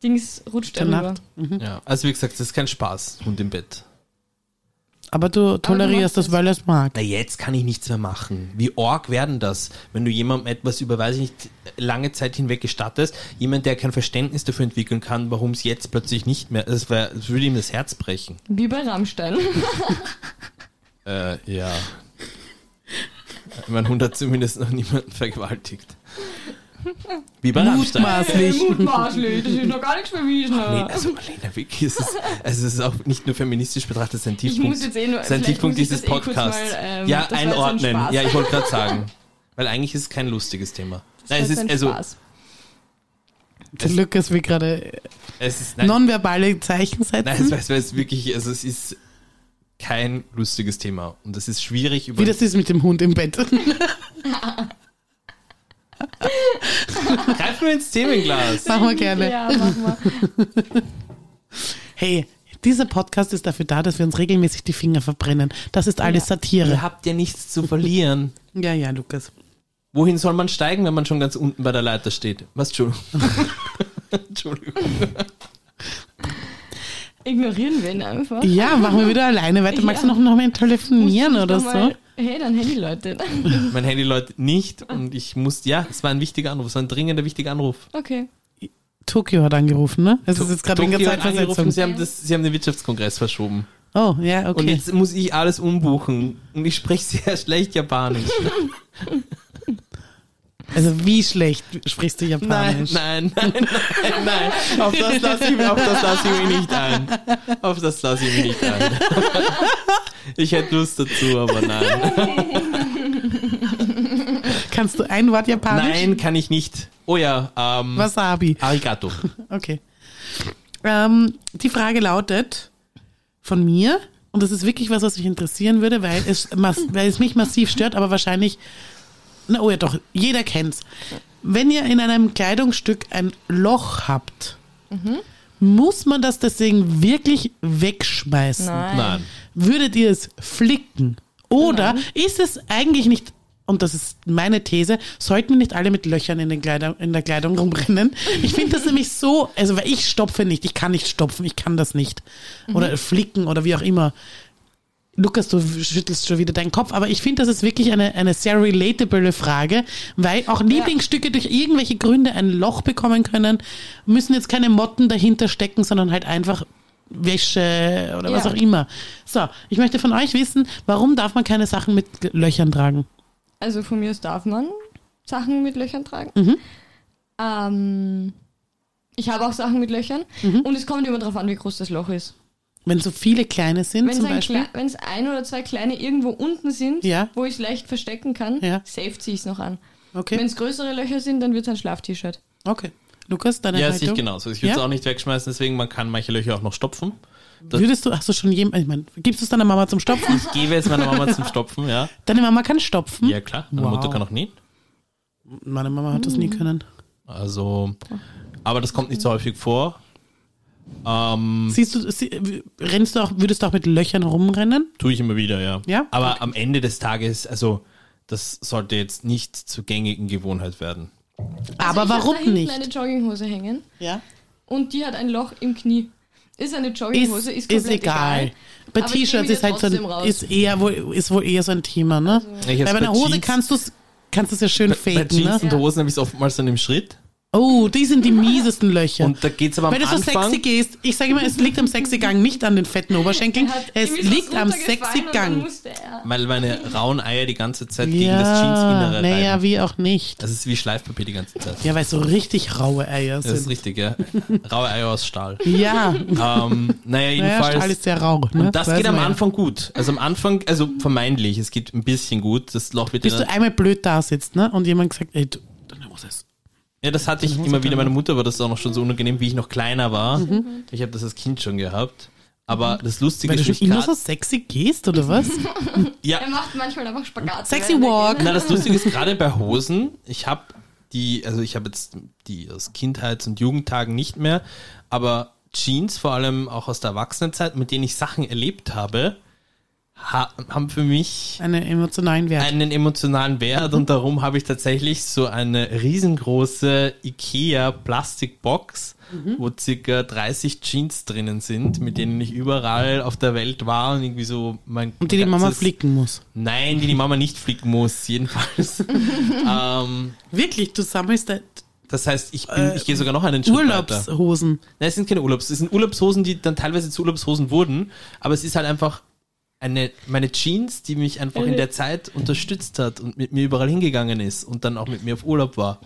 Dings rutscht er Der rüber. Nacht. Ja, also wie gesagt, das ist kein Spaß, Hund im Bett. Aber du tolerierst machst das, weil er es mag. Na, jetzt kann ich nichts mehr machen. Wie org werden das, wenn du jemandem etwas über, weiß ich nicht, lange Zeit hinweg gestattest? Jemand, der kein Verständnis dafür entwickeln kann, warum es jetzt plötzlich nicht mehr, das, wär, das würde ihm das Herz brechen. Wie bei Rammstein. Äh, ja. mein Hund hat zumindest noch niemanden vergewaltigt. Wie bei Rammstein. Mutmaßlich. Mutmaßlich, das ist noch gar nichts bewiesen. Nee, also Marlena, wirklich, es ist, also es ist auch nicht nur feministisch betrachtet, es ist ein ich Tiefpunkt. muss jetzt eh nur. Das ist ein vielleicht Tiefpunkt muss ich dieses das eh kurz Podcasts. mal, ähm, ja, das war jetzt ein einordnen. Spaß. Ja, ich wollte gerade sagen. Weil eigentlich ist es kein lustiges Thema. Das Nein, es war jetzt ist, ein also, Spaß. Der Es- Lukas will gerade es ist, nein, nonverbale Zeichen setzen. nein, es war- es war jetzt wirklich, also es ist kein lustiges Thema. Und es ist schwierig über. Wie das ist mit dem Hund im Bett. Greifen wir ins Themenglas. Machen wir gerne. Ja, machen wir. Hey, dieser Podcast ist dafür da, dass wir uns regelmäßig die Finger verbrennen. Das ist alles Ihr Satire. habt ja nichts zu verlieren. Ja, ja, Lukas. Wohin soll man steigen, wenn man schon ganz unten bei der Leiter steht? Was, Entschuldigung. Entschuldigung. Ignorieren wir ihn einfach. Ja, machen wir wieder alleine weiter. Magst du Ja. noch, noch mal telefonieren Muss ich oder doch mal- so? Hey, dann Handy, Leute. Mein Handy läutet nicht und ich muss, ja, es war ein wichtiger Anruf, es war ein dringender wichtiger Anruf. Okay. Tokio hat angerufen, ne? Es ist jetzt gerade wegen der Tokio hat angerufen, Zeitversetzung. Sie haben, das, Sie haben den Wirtschaftskongress verschoben. Oh, ja, Und okay. jetzt muss ich alles umbuchen. Und ich spreche sehr schlecht Japanisch. Also wie schlecht sprichst du Nein, Japanisch? nein, nein, nein, nein. Auf das lasse ich, auf das lass ich mich nicht ein. Auf das lasse ich mich nicht ein. Ich hätte Lust dazu, aber nein. Kannst du ein Wort Japanisch? Nein, kann ich nicht. Oh ja, ähm, Wasabi. Arigato. Okay. Ähm, die Frage lautet von mir, und das ist wirklich was, was mich interessieren würde, weil es, mass weil es mich massiv stört, aber wahrscheinlich, na oh ja doch, jeder kennt's. Wenn ihr in einem Kleidungsstück ein Loch habt, muss man das deswegen wirklich wegschmeißen? Nein. Würdet ihr es flicken? Oder ist es eigentlich nicht, und das ist meine These, sollten wir nicht alle mit Löchern in, den Kleider, in der Kleidung rumrennen? Ich finde das nämlich so, also weil ich stopfe nicht, ich kann nicht stopfen, ich kann das nicht. Oder flicken oder wie auch immer. Lukas, du schüttelst schon wieder deinen Kopf, aber ich finde, das ist wirklich eine, eine sehr relatable Frage, weil auch Lieblingsstücke durch irgendwelche Gründe ein Loch bekommen können, müssen jetzt keine Motten dahinter stecken, sondern halt einfach Wäsche oder was Ja. auch immer. So, ich möchte von euch wissen, warum darf man keine Sachen mit Löchern tragen? Also von mir aus darf man Sachen mit Löchern tragen. Mhm. Ähm, ich habe auch Sachen mit Löchern. Mhm. Und es kommt immer darauf an, wie groß das Loch ist. Wenn so viele kleine sind Wenn es zum ein, Beispiel. Kle- wenn's ein oder zwei kleine irgendwo unten sind, Ja. wo ich es leicht verstecken kann, Ja. safe ziehe ich es noch an. Wenn Okay, es größere Löcher sind, dann wird es ein Schlaf-T-Shirt. okay. Lukas, deine Ja, sehe ich Haltung? genauso. Ich würde es genau Ja? auch nicht wegschmeißen, deswegen man kann manche Löcher auch noch stopfen. Würdest du, hast du schon jemand, ich meine, gibst du es deiner Mama zum Stopfen? Ich gebe jetzt meiner Mama zum Stopfen, ja. Deine Mama kann stopfen. Ja, klar. Meine Hm? Wow. Mutter kann auch nähen. Meine Mama hat das Hm. nie können. Also, aber das kommt nicht so häufig vor. Ähm, Siehst du, sie, rennst du auch, würdest du auch mit Löchern rumrennen? Tue ich immer wieder, ja. Ja? Aber am Ende des Tages, also das sollte jetzt nicht zur gängigen Gewohnheit werden. Aber ich hab da warum hinten nicht? eine Jogginghose hängen Ja? und die hat ein Loch im Knie. Ist eine Ist, Jogginghose, ist, ist, komplett egal. egal. Bei Aber ich nehme T-Shirts die ist halt so trotzdem ein, raus. ist eher wohl, ist wohl eher so ein Thema, ne? Ich Bei hab's meiner Hose Jeans- kannst du es kannst du's ja schön Bei faken, Jeans ne? und Hosen habe ich es oftmals dann im Schritt. Oh, die sind die miesesten Löcher. Und da geht es aber am Weil du so Anfang. sexy gehst, ich sage immer, es liegt am sexy Gang, nicht an den fetten Oberschenkeln. Er hat Es irgendwie so liegt am runtergefallen sexy und dann Gang. musste er- Weil meine rauen Eier die ganze Zeit gegen das Ja, Jeansinnere naja, reiben. wie auch nicht. Das ist wie Schleifpapier die ganze Zeit. Ja, weil es so richtig raue Eier das ist sind. richtig, ja. Raue Eier aus Stahl. Ja, ähm, naja, naja, jedenfalls. Stahl ist sehr rau. Ne? und das Weiß geht am man ja. Anfang gut. Also am Anfang, also vermeintlich, es geht ein bisschen gut. Das Loch wird Bis ja du einmal blöd da sitzt, ne? Und jemand gesagt, ey, du, deine Hose ist. Ja, das hatte ich immer wieder. Meine Mutter war das auch noch schon so unangenehm, wie ich noch kleiner war. Ich habe das als Kind schon gehabt. Aber das Lustige Mhm. Weil du ist, schon mich immer grad- so sexy gehst, oder was? ja, Er macht manchmal einfach Spagat. Sexy während er walk. geht. na, das Lustige ist gerade bei Hosen. Ich habe die, also ich habe jetzt die aus Kindheits- und Jugendtagen nicht mehr, aber Jeans vor allem auch aus der Erwachsenenzeit, mit denen ich Sachen erlebt habe, ha haben für mich Einen emotionalen Wert. einen emotionalen Wert und darum habe ich tatsächlich so eine riesengroße IKEA Plastikbox, Mhm. wo circa 30 Jeans drinnen sind, mit denen ich überall auf der Welt war und irgendwie so mein und die die Mama ganzes- flicken muss. Nein, die die Mama nicht flicken muss, jedenfalls. ähm, Wirklich, du sammelst da das heißt, ich, bin, Äh, ich gehe sogar noch einen Schritt weiter. Urlaubshosen. Nein, es sind keine Urlaubs. Es sind Urlaubshosen, die dann teilweise zu Urlaubshosen wurden. Aber es ist halt einfach eine, meine Jeans, die mich einfach in der Zeit unterstützt hat und mit mir überall hingegangen ist und dann auch mit mir auf Urlaub war.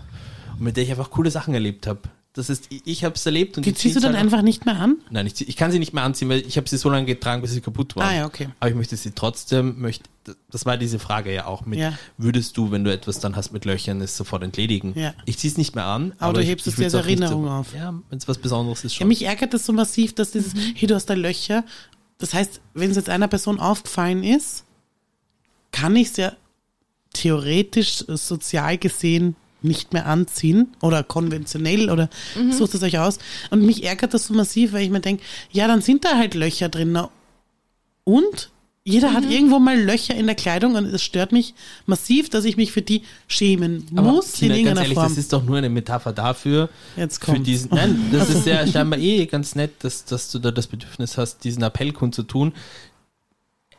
Und mit der ich einfach coole Sachen erlebt habe. Das heißt, ich, ich habe es erlebt und Die ziehst du Jeans dann halt einfach nicht mehr an? Nein, ich, zieh- ich kann sie nicht mehr anziehen, weil ich habe sie so lange getragen, bis sie kaputt war. Ah, ja, okay. Aber ich möchte sie trotzdem, möchte, das war diese Frage ja auch mit, Ja. würdest du, wenn du etwas dann hast mit Löchern, es sofort entledigen? Ja. Ich ziehe es nicht mehr an. Aber du ich, hebst ich es dir würd's als auch nicht Erinnerung so- auf. Ja, wenn es was Besonderes ist schon. Ja, mich ärgert das so massiv, dass dieses, hey, du hast da Löcher. Das heißt, wenn es jetzt einer Person aufgefallen ist, kann ich es ja theoretisch äh, sozial gesehen nicht mehr anziehen oder konventionell oder sucht es euch aus. Und mich ärgert das so massiv, weil ich mir denke, ja, dann sind da halt Löcher drin. Na, Und jeder hat irgendwo mal Löcher in der Kleidung und es stört mich massiv, dass ich mich für die schämen Aber muss Tina, in ganz irgendeiner ehrlich, Form. das ist doch nur eine Metapher dafür. Jetzt Für kommt's. diesen, nein, das ist ja scheinbar eh ganz nett, dass, dass du da das Bedürfnis hast, diesen Appell kundzutun.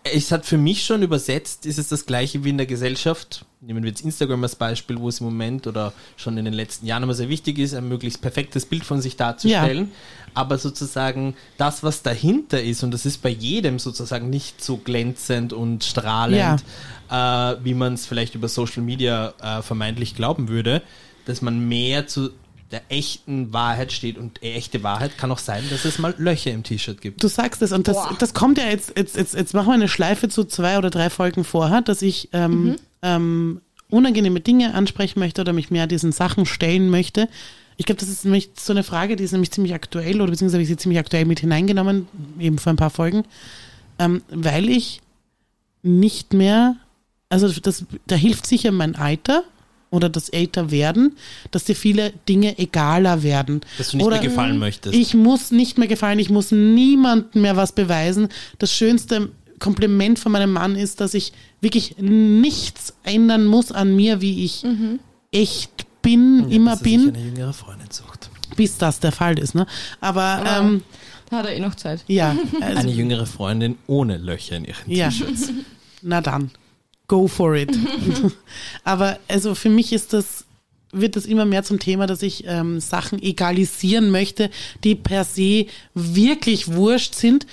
Es hat für mich schon übersetzt, ist es das gleiche wie in der Gesellschaft. Nehmen wir jetzt Instagram als Beispiel, wo es im Moment oder schon in den letzten Jahren immer sehr wichtig ist, ein möglichst perfektes Bild von sich darzustellen. Aber sozusagen das, was dahinter ist, und das ist bei jedem sozusagen nicht so glänzend und strahlend, Ja. äh, wie man es vielleicht über Social Media äh, vermeintlich glauben würde, dass man mehr zu der echten Wahrheit steht. Und echte Wahrheit kann auch sein, dass es mal Löcher im T-Shirt gibt. Du sagst es und das, Boah. das kommt ja jetzt, jetzt, jetzt, jetzt machen wir eine Schleife zu zwei oder drei Folgen vorher, dass ich ähm, ähm, unangenehme Dinge ansprechen möchte oder mich mehr diesen Sachen stellen möchte. Ich glaube, das ist nämlich so eine Frage, die ist nämlich ziemlich aktuell oder beziehungsweise habe ich sie ziemlich aktuell mit hineingenommen, eben vor ein paar Folgen, ähm, weil ich nicht mehr, also das, da hilft sicher mein Alter oder das Älterwerden, dass dir viele Dinge egaler werden. Dass du nicht oder, mehr gefallen möchtest. ich muss nicht mehr gefallen, ich muss niemandem mehr was beweisen. Das schönste Kompliment von meinem Mann ist, dass ich wirklich nichts ändern muss an mir, wie ich echt bin, Mhm. Ja, immer dass er sich bin, eine jüngere Freundin sucht. bis das der Fall ist. Ne? Aber Ah. ähm, Da hat er eh noch Zeit. ja, also, Eine jüngere Freundin ohne Löcher in ihren Ja. T-Shirts. na dann, go for it. Aber also für mich ist das, wird das immer mehr zum Thema, dass ich ähm, Sachen egalisieren möchte, die per se wirklich wurscht sind.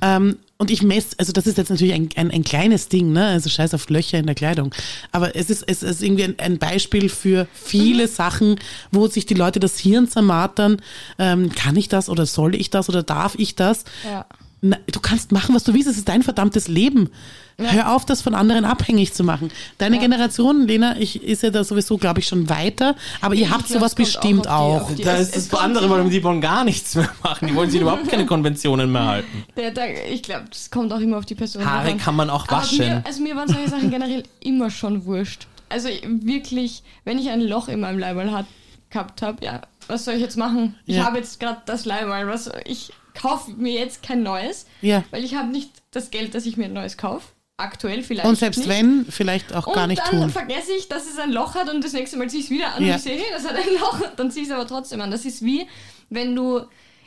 Ähm, und ich messe, also das ist jetzt natürlich ein, ein, ein kleines Ding, ne? Also scheiß auf Löcher in der Kleidung. Aber es ist, es ist irgendwie ein, ein Beispiel für viele Sachen, wo sich die Leute das Hirn zermartern. Ähm, kann ich das oder soll ich das oder darf ich das? Ja. Na, du kannst machen, was du willst. Es ist dein verdammtes Leben. Hör auf, das von anderen abhängig zu machen. Deine Ja. Generation, Lena, ich, ist ja da sowieso, glaube ich, schon weiter. Aber ihr Ich habt glaub, sowas es kommt bestimmt auch auch. auf die- auf Da Es- ist es das für kommt andere, immer- weil die wollen gar nichts mehr machen. Die wollen sich überhaupt keine Konventionen mehr halten. Der, der, ich glaube, das kommt auch immer auf die Person Haare an. kann man auch Aber waschen. Mir, also mir waren solche Sachen generell immer schon wurscht. Also ich- wirklich, wenn ich ein Loch in meinem Leiberl hat, gehabt habe, ja, was soll ich jetzt machen? Ich Ja. habe jetzt gerade das Leiberl, was ich kaufe mir jetzt kein neues, Ja. weil ich habe nicht das Geld, dass ich mir ein neues kaufe. aktuell vielleicht. Und selbst nicht. wenn, vielleicht auch Und gar nicht dann tun. vergesse ich, dass es ein Loch hat und das nächste Mal ziehe ich es wieder an Ja. und ich sehe, hey, das hat ein Loch, dann ziehe ich es aber trotzdem an. Das ist wie, wenn du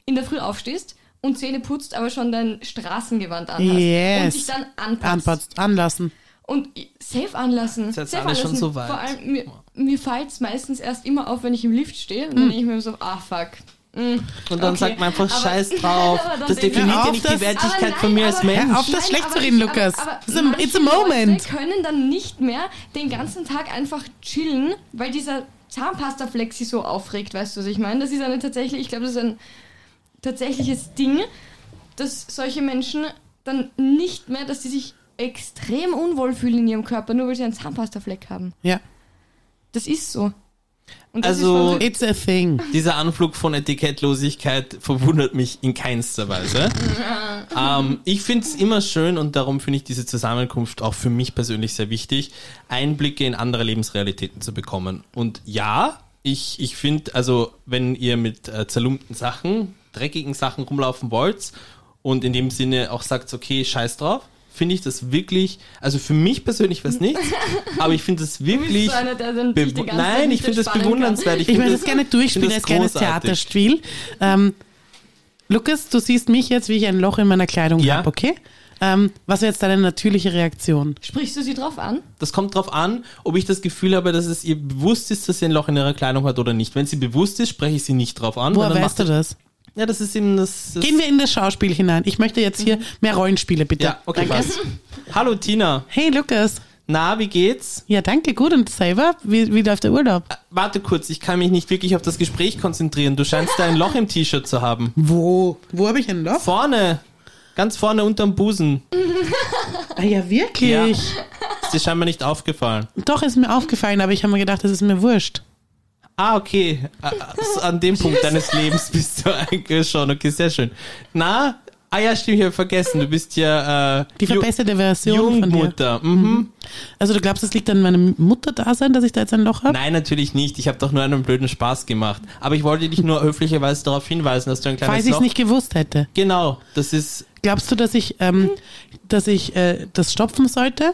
in der Früh aufstehst und Zähne putzt, aber schon dein Straßengewand anhast und Yes. dich dann anpasst. Anpatzt, anlassen. Und safe anlassen. Ist jetzt safe alles schon so weit. Vor allem, mir, mir fällt es meistens erst immer auf, wenn ich im Lift stehe Hm. und dann denke ich mir so, ah fuck. Mm. Und dann Okay. sagt man einfach Aber- Scheiß drauf. Aber dann Das denke ich mir, Hör definiert auf, ja nicht das- die Wertigkeit von mir als aber- Mensch. Hör auf, das Ah, Nein, schlecht zu aber reden, ich- Lukas. Aber, It's aber a- manche it's a moment. Leute können dann nicht mehr den ganzen Tag einfach chillen, weil dieser Zahnpasta-Flex sie so aufregt, weißt du, was ich meine? Das ist eine tatsächlich, ich glaube, das ist ein tatsächliches Ding, dass solche Menschen dann nicht mehr, dass sie sich extrem unwohl fühlen in ihrem Körper, nur weil sie einen Zahnpasta-Fleck haben. Ja. Das ist so. Und das ist Also- schon It's a thing. Dieser Anflug von Etikettlosigkeit verwundert mich in keinster Weise. ähm, ich finde es immer schön und darum finde ich diese Zusammenkunft auch für mich persönlich sehr wichtig, Einblicke in andere Lebensrealitäten zu bekommen. Und ja, ich, ich finde, also wenn ihr mit äh, zerlumpten Sachen, dreckigen Sachen rumlaufen wollt und in dem Sinne auch sagt, okay, scheiß drauf, finde ich das wirklich, also für mich persönlich wäre es nichts, aber ich finde es so, du bist wirklich... so einer, der dann dich die bewu- ganze Zeit Nein, ich nicht finde das entspannen kann. bewundernswert. Ich find möchte das gerne durchspielen find als das kleines großartig. Theaterspiel. Ähm, Lukas, du siehst mich jetzt, wie ich ein Loch in meiner Kleidung Ja. habe, okay? Ähm, was wäre jetzt deine natürliche Reaktion? Sprichst du sie drauf an? Das kommt drauf an, ob ich das Gefühl habe, dass es ihr bewusst ist, dass sie ein Loch in ihrer Kleidung hat oder nicht. Wenn sie bewusst ist, spreche ich sie nicht drauf an. weil Woher dann weißt du macht- das? Ja, das ist eben das. das Gehen wir in das Schauspiel hinein. Ich möchte jetzt hier mehr Rollenspiele, bitte. Mhm. Ja, okay, danke. passt. Hallo Tina. Hey, Lukas. Na, wie geht's? Ja, danke, gut. Und selber? Wie, wie läuft der Urlaub? Warte kurz, ich kann mich nicht wirklich auf das Gespräch konzentrieren. Du scheinst da ein Loch im T-Shirt zu haben. Wo? Wo habe ich ein Loch? Vorne. Ganz vorne unterm Busen. Ah, ja, wirklich? Ist dir scheinbar nicht aufgefallen. Doch, ist mir aufgefallen, aber ich habe mir gedacht, das ist mir wurscht. Ah, okay. Ah, ah, An dem Punkt deines Lebens bist du eigentlich schon. Okay, sehr schön. Na? Ah ja, stimmt, ich habe vergessen. Du bist ja äh, Die Ju- verbesserte Version von dir. Jungmutter. Mhm. Also du glaubst, es liegt an meinem Mutterdasein, dass ich da jetzt ein Loch habe? Nein, natürlich nicht. Ich habe doch nur einen blöden Spaß gemacht. Aber ich wollte dich nur höflicherweise darauf hinweisen, dass du ein kleines Falls ich es Loch... nicht gewusst hätte. Genau, das ist... Glaubst du, dass ich, Hm. ähm, dass ich äh, das stopfen sollte?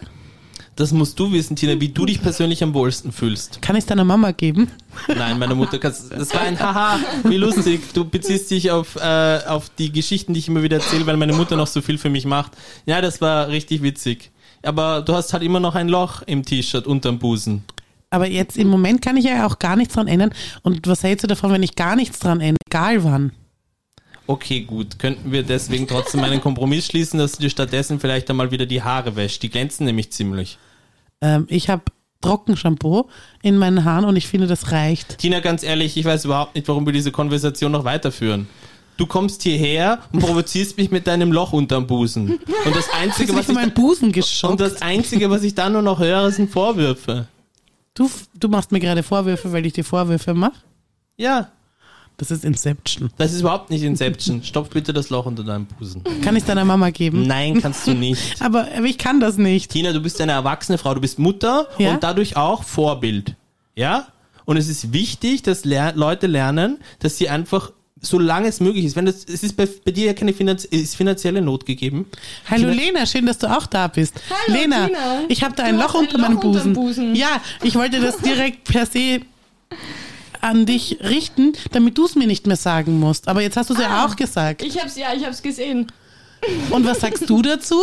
Das musst du wissen, Tina, wie du dich persönlich am wohlsten fühlst. Kann ich es deiner Mama geben? Nein, meine Mutter kann... Das war ein Haha, wie lustig. Du beziehst dich auf, äh, auf die Geschichten, die ich immer wieder erzähle, weil meine Mutter noch so viel für mich macht. Ja, das war richtig witzig. Aber du hast halt immer noch ein Loch im T-Shirt unterm Busen. Aber jetzt im Moment kann ich ja auch gar nichts dran ändern. Und was hältst du davon, wenn ich gar nichts dran ändere? Egal wann. Okay, gut. Könnten wir deswegen trotzdem einen Kompromiss schließen, dass du dir stattdessen vielleicht einmal wieder die Haare wäschst? Die glänzen nämlich ziemlich. Ähm, ich habe Trockenshampoo in meinen Haaren und ich finde, das reicht. Tina, ganz ehrlich, ich weiß überhaupt nicht, warum wir diese Konversation noch weiterführen. Du kommst hierher und provozierst mich mit deinem Loch unterm Busen. Und das Du Einzige, bist was von ich meinem Busen da, und geschockt. das Einzige, was ich dann nur noch höre, sind Vorwürfe. Du, f- du machst mir gerade Vorwürfe, weil ich dir Vorwürfe mache. Ja, Das ist Inception. das ist überhaupt nicht Inception. Stopf bitte das Loch unter deinem Busen. Kann ich deiner Mama geben? Nein, kannst du nicht. Aber, aber ich kann das nicht. Tina, du bist eine erwachsene Frau, du bist Mutter Ja. und dadurch auch Vorbild. Ja? Und es ist wichtig, dass ler Leute lernen, dass sie einfach, solange es möglich ist, wenn das, es ist bei, bei dir ja keine Finanz ist finanzielle Not gegeben. Hallo Lena, schön, dass du auch da bist. Hallo, Lena, Tina. ich habe da ein Du Loch hast ein unter Loch meinem Busen. unterm Busen. Ja, ich wollte das direkt per se an dich richten, damit du es mir nicht mehr sagen musst. Aber jetzt hast du es ja Ah. auch gesagt. Ich hab's, ja, ich hab's gesehen. Und was sagst du dazu?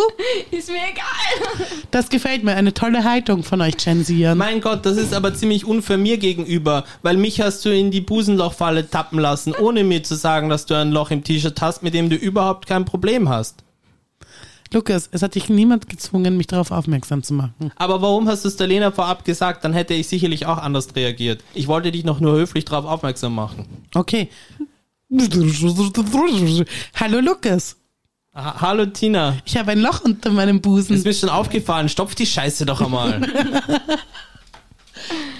Ist mir egal. Das gefällt mir. Eine tolle Haltung von euch, Gen Zion. Mein Gott, das ist aber ziemlich unfair mir gegenüber, weil mich hast du in die Busenlochfalle tappen lassen, ohne mir zu sagen, dass du ein Loch im T-Shirt hast, mit dem du überhaupt kein Problem hast. Lukas, es hat dich niemand gezwungen, mich darauf aufmerksam zu machen. Aber warum hast du es der Lena vorab gesagt? Dann hätte ich sicherlich auch anders reagiert. Ich wollte dich noch nur höflich darauf aufmerksam machen. Okay. Hallo Lukas, Ha Hallo Tina. ich habe ein Loch unter meinem Ist Busen. mir schon aufgefallen, stopf die Scheiße doch einmal.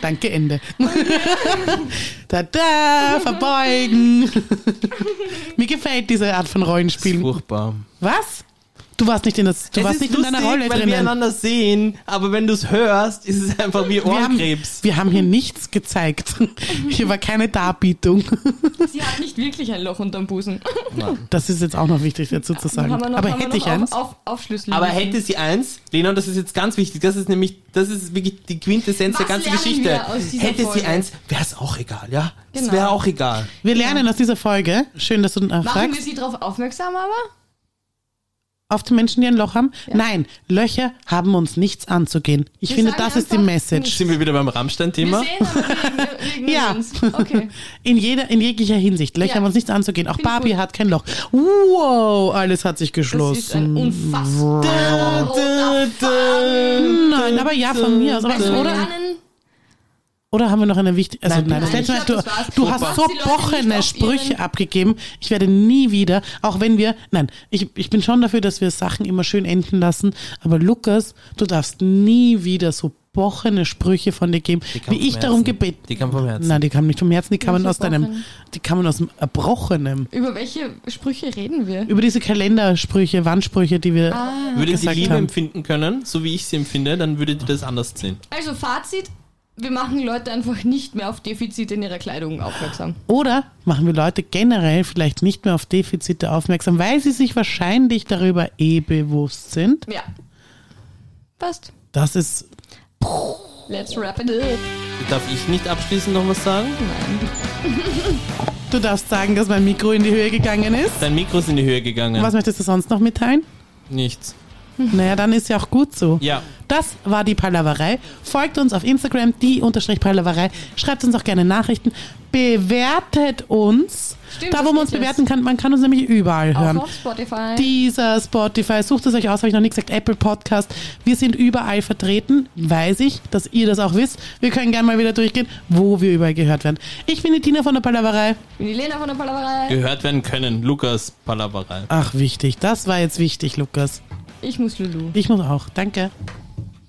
Danke, Ende. Tada, verbeugen. Mir gefällt diese Art von Das ist Rollenspielen. furchtbar. Was? Du warst nicht in, das, du es warst ist nicht in lustig, deiner Rolle weil wir drinnen. einander sehen, aber wenn du es hörst, ist es einfach wie Wir haben, Ohrenkrebs. wir haben hier nichts gezeigt. Hier war keine Darbietung. Sie hat nicht wirklich ein Loch unterm Busen. Das ist jetzt auch noch wichtig dazu zu sagen. Haben wir noch- Aber haben wir hätte ich noch auf- eins? Auf, aufschlüsseln Aber müssen. hätte sie eins, Lena, und das ist jetzt ganz wichtig, das ist nämlich, das ist wirklich die Quintessenz Was der ganzen lernen Geschichte. wir aus dieser Hätte sie Folge? eins, wäre es auch egal, ja? Es Genau. wäre auch egal. Wir lernen aus dieser Folge, schön, dass du Machen wir nachfragst, sie darauf aufmerksam, aber? auf die Menschen, die ein Loch haben. Nein, Löcher haben uns nichts anzugehen. Ich Wir finde, sagen das ist die einfach Message. Sind wir wieder beim Wir Rammstein-Thema? sehen, aber wir ign- wir Ja. ignorieren es. Okay. In, jeder, in jeglicher Hinsicht. Löcher Ja. haben uns nichts anzugehen. Auch Finde ich Barbie gut. hat kein Loch. Wow, alles hat sich geschlossen. Das ist ein unfassbar roter Faden. Nein, aber ja, von mir aus. Aber Also, wir oder, lernen, oder haben wir noch eine wichtige. Also, Nein, nein, das nein, letzte Mal, ich du, glaub, das war's. du Super. hast Lass so die Leute nicht bochene auf Sprüche ihren- abgegeben. Ich werde nie wieder, auch wenn wir. Nein, ich, ich bin schon dafür, dass wir Sachen immer schön enden lassen. Aber Lukas, du darfst nie wieder so bochene Sprüche von dir geben, Die kam wie ich vom darum Herzen. gebeten. Die kam vom Herzen. Nein, die kamen nicht vom Herzen, die kamen Welche aus deinem, Bochene? die kamen aus dem Erbrochenen. über welche Sprüche reden wir? Über diese Kalendersprüche, Wandsprüche, die wir. Würde sie gesagt Liebe haben. empfinden können, so wie ich sie empfinde, dann würdet ihr das anders sehen. Also Fazit, wir machen Leute einfach nicht mehr auf Defizite in ihrer Kleidung aufmerksam. Oder machen wir Leute generell vielleicht nicht mehr auf Defizite aufmerksam, weil sie sich wahrscheinlich darüber eh bewusst sind. Ja. Passt. Das ist. Let's wrap it up. Darf ich nicht abschließend noch was sagen? Du darfst sagen, dass mein Mikro in die Höhe gegangen ist. Dein Mikro ist in die Höhe gegangen. Was möchtest du sonst noch mitteilen? Nichts. Naja, dann ist ja auch gut so. Ja. Das war die Palaverei. Folgt uns auf Instagram, die unterstrich Palaverei. Schreibt uns auch gerne Nachrichten. Bewertet uns. Stimmt, da, wo das man uns geht jetzt. bewerten kann, man kann uns nämlich überall hören. Auch auf Spotify. dieser Spotify, sucht es euch aus, habe ich noch nicht gesagt, Apple Podcast. Wir sind überall vertreten, weiß ich, dass ihr das auch wisst. Wir können gerne mal wieder durchgehen, wo wir überall gehört werden. Ich bin die Tina von der Palaverei. Ich bin die Lena von der Palaverei. Gehört werden können. Lukas Palaverei. Ach, wichtig, das war jetzt wichtig, Lukas. Ich muss Lulu. Ich muss auch, danke.